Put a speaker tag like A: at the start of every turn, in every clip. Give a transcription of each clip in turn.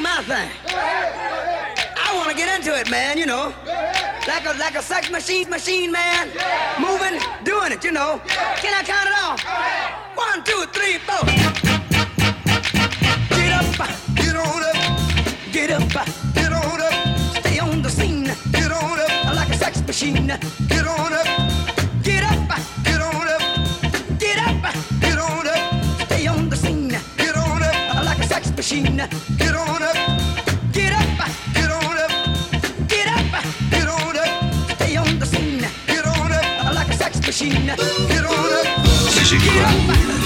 A: my thing. I want to get into it, man, you know. Like a like a sex machine, machine man. Moving, doing it, you know. Can I count it off? One, two, three, four. Get up,
B: Get on up,
A: get up,
B: get on up,
A: stay on the scene.
B: get on up,
A: Like a sex machine.
B: get on up,
A: Get up,
B: get on up,
A: get up,
B: get on up,
A: stay on the scene.
B: get on up,
A: Like a sex machine.
B: get on up,
A: Get up,
B: get on up,
A: get up,
B: get on up,
A: stay on the scene.
B: get on up,
A: Like a sex machine.
B: get on up,
C: Si j'ai quoi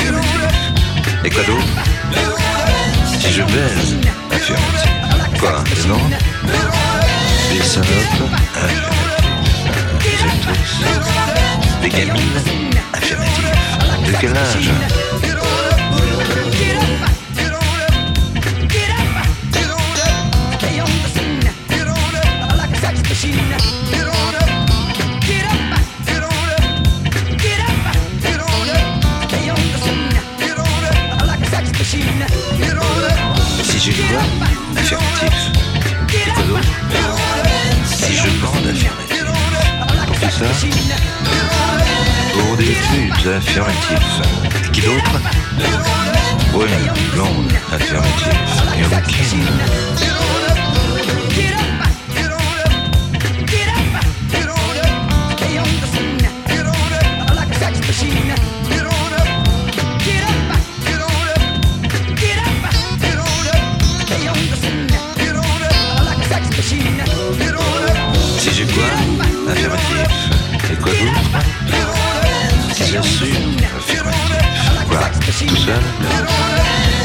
B: get on up.
C: Et quoi d'autre Si je baise Affirmatif. Quoi Des oranges Des salopes Affirmatif. Des actrices Des gamines Affirmatif. De quel âge Si j'ai quoi Affirmatif. Et quoi d'autre Si je demande affirmatif. Pour tout ça Pour des tubes affirmatifs. Qui d'autre Brune, blonde, affirmatif. Yorkine. Si j'ai quoi Affirmatif. Et quoi d'autre Si je suis affirmatif. Quoi Tout seul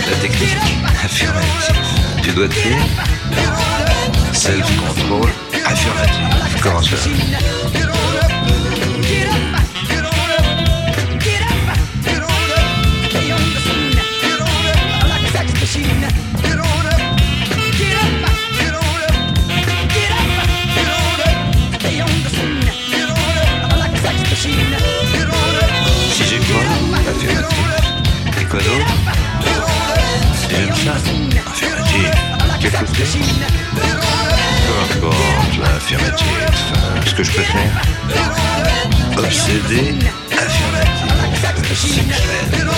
C: La technique affirmative. Tu dois te dire Self-control affirmatif. Comment ça Si j'ai quoi Affirmatif. Et quoi d'autre Si j'aime ça Affirmatif. Quel côté Peu importe, affirmatif. Euh, Ce que je peux faire Obsédé, affirmatif. Euh, Sexuel.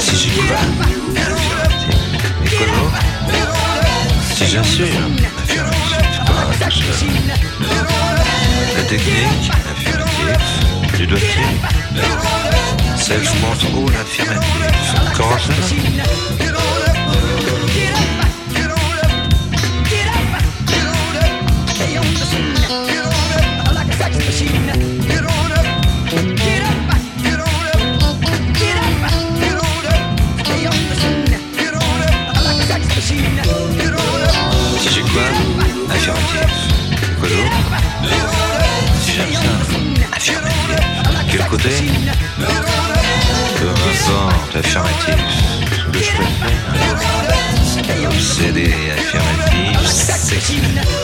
C: Si j'ai quoi Affirmatif. Et quoi d'autre Si hein. j'assure Affirmatif. Pas tout seul. La technique, affirmatif. Du dossier. Self-control, affirmatif. Comment ça Si j'ai quoi Affirmatif. Et quoi d'autre Si j'aime ça Affirmatif. Quel côté Peu importe, affirmatif. Ce que je peux faire Obsédé, affirmatif, sexuel.